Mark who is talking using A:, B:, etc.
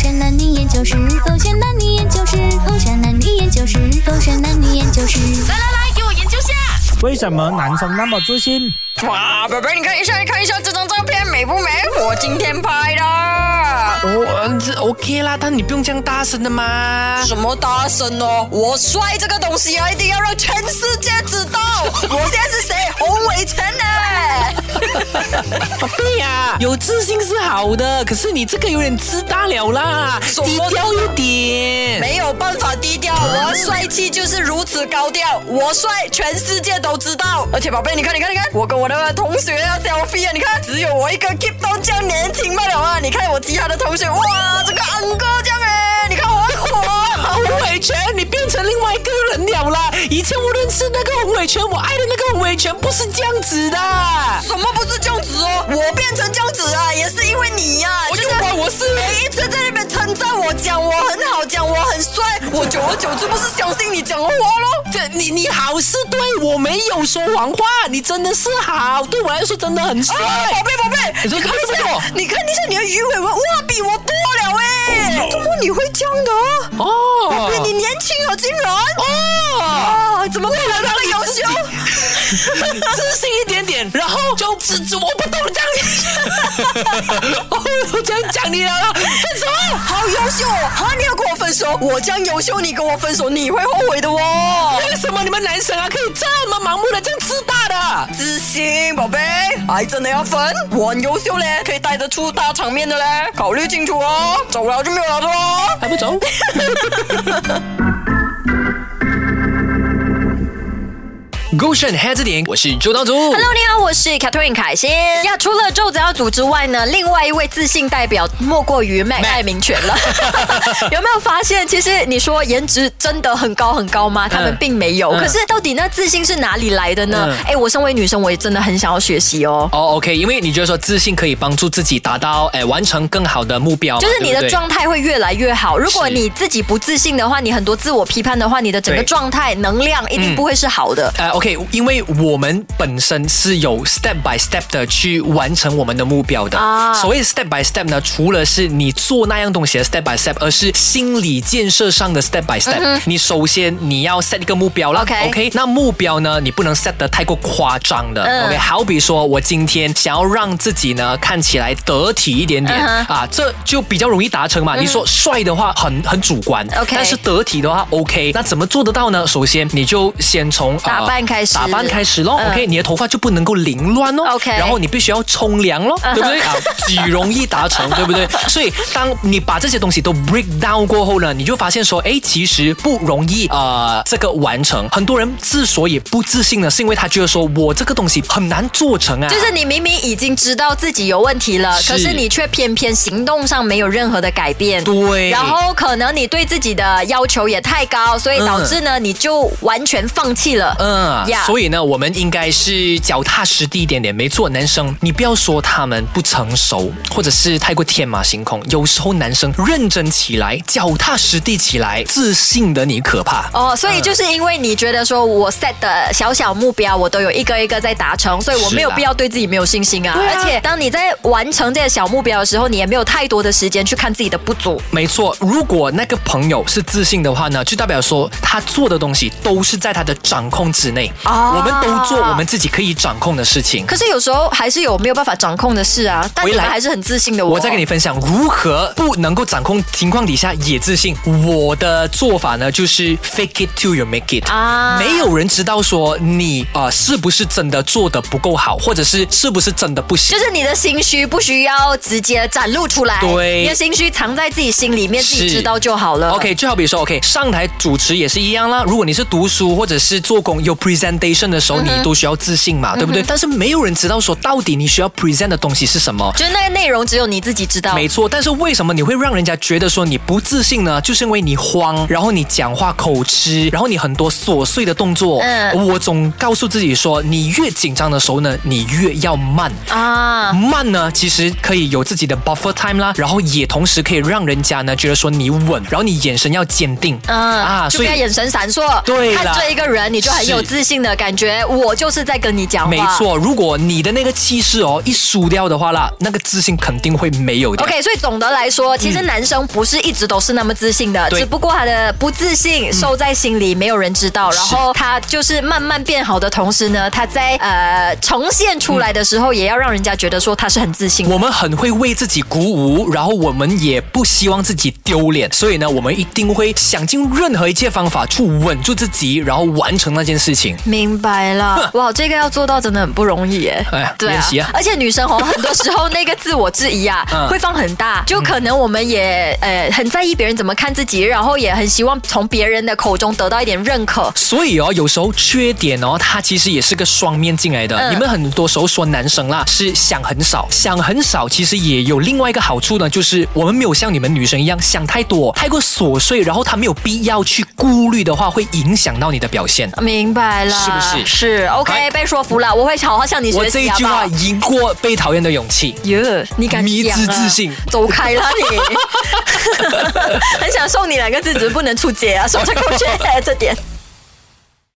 A: 山男女研究室，风扇男女研究室，风扇男女研究室，风扇男女研究室。
B: 来来来，给我研究下。
C: 为什么男生那么自信？
D: 哇，宝贝，你看一下，看一下这张照片美不美？我今天拍的。
E: 哦，嗯这 OK 啦，但你不用这样大声的嘛。
D: 什么大声哦！我帅这个东西啊，一定要让全世界知 道我现在是谁，洪伟全呢、
E: 宝贝呀，啊有自信是好的，可是你这个有点自大了啦，
D: 什
E: 低
D: 么
E: 调一点。
D: 没有办法低调，我的帅气就是如此高调，我帅全世界都知道。而且宝贝，你看，你看，你看，我跟我的同学要 selfie 啊，你看，只有我一个 keep 到这样年轻罢了啊！你看我其他的同学，哇，这个昂哥这样哎，你看我很火。
E: 洪伟全，你变成另外一个人了啦！以前我认识那个洪伟全，我爱的那个洪伟全不是这样子的。
D: 什么不是这样子哦？我变成这样子啊，也是因为你呀、
E: 我
D: 就
E: 就是管我是
D: 你一直在那边称赞我，讲我很好，讲我很帅，我久而久之不是相信你讲的话喽？
E: 这你你好是对我没有说谎话，你真的是好，对我来说真的很帅。
D: 啊，宝贝宝贝，
E: 你说看不看我
D: 哎你看一下你的鱼尾纹，哇，比我多了哎、怎么你会这样的啊？
E: 哦
D: 对，你年轻啊，竟然
E: 哦，
D: 啊，怎么会来那么优 秀？
E: 自信一点点，然后就自自我不懂这 样，我这样讲你了啦，干什么？
D: 好优秀哦！啊，你要跟我分手，我这样优秀，你跟我分手，你会后悔的哦。
E: 为什么你们男生啊可以这么盲目的这样自大的？
D: 自信，宝贝，还真的要分，我很优秀嘞，可以带得出大场面的嘞，考虑清楚哦，走了就没有了的哦。
E: 还不走？ 勾选 head 这点，我是周道祖。
B: Hello，你好，我是 Catherine 凯欣。呀，除了周子耀祖之外呢，另外一位自信代表莫过于麦艾明权 了。有没有发现，其实你说颜值真的很高很高吗？他们并没有。
E: 嗯
B: 可是到底那自信是哪里来的呢
E: 嗯？
B: 哎、我身为女生，我也真的很想要学习哦。
E: 哦、o k 因为你觉得说自信可以帮助自己达到，哎，完成更好的目标嘛，
B: 就是你
E: 对
B: 的
E: 不对
B: 状态会越来越好。如果
E: 哎是
B: 你自己不自信的话，你很多自我批判的话，你的整个
E: 对
B: 状态、能量一定
E: 嗯
B: 不会是好的。
E: 呃，OK，因为我们本身是有 step by step 的去完成我们的目标的。
B: 啊
E: 所谓 step by step 呢，除了是你做那样东西的 step by step，而是心理建设上的 step by step。你首先你要 set 一个目标啦
B: 嗯 OK
E: 那目标呢，你不能 set 得太过夸张的。
B: 嗯
E: OK，好比说我今天想要让自己呢看起来得体一点点、
B: 嗯
E: 啊，这就比较容易达成嘛。你说帅的话很很主观
B: OK
E: 但是得体的话 OK，那怎么做得到呢？首先你就先从呃
B: 打扮开始
E: 哦打扮开始咯。
B: 嗯
E: OK，你的头发就不能够凌乱哦。
B: OK 嗯
E: 然后你必须要冲凉咯，对不对啊？极容易达 成，对不对？所以当你把这些东西都 break down 过后呢，你就发现说，哎，其实不容易呃这个完成。很多人之所以不自信呢，是因为他觉得说我这个东西很难做成啊。
B: 就是你明明已经知道自己有问题了，
E: 是
B: 可是你却偏偏行动上没有任何的改变。
E: 对，
B: 然后可能你对自己的要求也太高，所以导致呢、你就完全放弃了。
E: 嗯
B: 呀
E: 所以呢，我们应该是脚踏实地一点点。没错，男生，你不要说他们不成熟，或者是太过天马行空。有时候男生认真起来，脚踏实地起来，自信的你可怕。
B: 哦，所以就是因为你觉得说我 set 的小小目标，我都有一个一个在达成，所以我没有
E: 是啊
B: 必要对自己没有信心啊。
E: 对啊
B: 而且当你在完成这些小目标的时候，你也没有太多的时间去看自己的不足。
E: 没错，如果那个朋友是自信的话呢，就代表说他做的东西都是在他的掌控之内。
B: 啊
E: 我们都做我们自己可以掌控的事情。
B: 可是有时候还是有没有办法掌控的事啊，但你
E: 回
B: 们
E: 来
B: 还是很自信的
E: 我再跟你分享如何不能够掌控情况底下也自信。我的做法呢，就是 fake it till you make it。
B: 啊
E: 没有人知道说你啊、呃是不是真的做的不够好，或者是是不是真的不行。
B: 就是你的心虚不需要直接展露出来，
E: 对
B: 你的心虚藏在自己心里面，自己
E: 是
B: 知道就好了。
E: OK，就好比说，OK，上台主持也是一样啦。如果你是读书或者是做工有 presentation 的
B: 嗯
E: 时候，你都需要自信嘛，对不对？但是没有人知道说到底你需要 present 的东西是什么。
B: 就是那个内容只有你自己知道。
E: 没错，但是为什么你会让人家觉得说你不自信呢？就是因为你慌，然后你讲话口吃，然后你很多琐碎的动作。
B: 嗯
E: 我总告诉自己说，你越紧张的时候呢，你越要慢。
B: 啊，
E: 慢呢，其实可以有自己的 buffer time 啦，然后也同时可以让人家呢觉得说你稳，然后你眼神要坚定。
B: 嗯就不
E: 啊所以
B: 要眼神闪烁，
E: 对啦
B: 看这一个人你就很有自信的感觉，我就是在跟你讲话。
E: 没，错，如果你的那个气势哦一输掉的话啦，那个自信肯定会没有有一点。
B: OK，所以总的来说，其实男生不是一直都是那么自信的，
E: 对
B: 只不过他的不自信受在心里，没有人知道。然后他就是慢慢变好的同时呢，他在呃呈现出来的时候，也要让人家觉得说他是很自信的。
E: 我们很会为自己鼓舞，然后我们也不希望自己丢脸，所以呢，我们一定会想尽任何一切方法去稳住自己，然后完成那件事情。
B: 明白了，哇，这个要做到真的很不容易耶。
E: 哎
B: 对
E: 练习啊
B: 而且女生哦，很多时候那个自我质疑啊
E: 嗯，
B: 会放很大，就可能我们也呃很在意别人怎么看自己，然后也很希望从别人的口中得到一点认可。
E: 所以哦，有时候缺点哦，它其实也是个双面进来的。
B: 嗯
E: 你们很多时候说男生啦是想很少，想很少，其实也有另外一个好处呢，就是我们没有像你们女生一样想太多，太过琐碎，然后他没有必要去顾虑的话，会影响到你的表现。
B: 明白了，
E: 是不是
B: 是 OK，
E: 哎
B: 被说服了，我会好好向你
E: 我
B: 学
E: 这
B: 习，
E: 一
B: 好
E: 句
B: 不
E: 话
B: 好？
E: 赢过被讨厌的勇气。
B: 耶，你敢
E: 迷之
B: 讲啊
E: 自信
B: 走开啦 你！很想送你两个字，只是不能出街啊，说成口诀这点。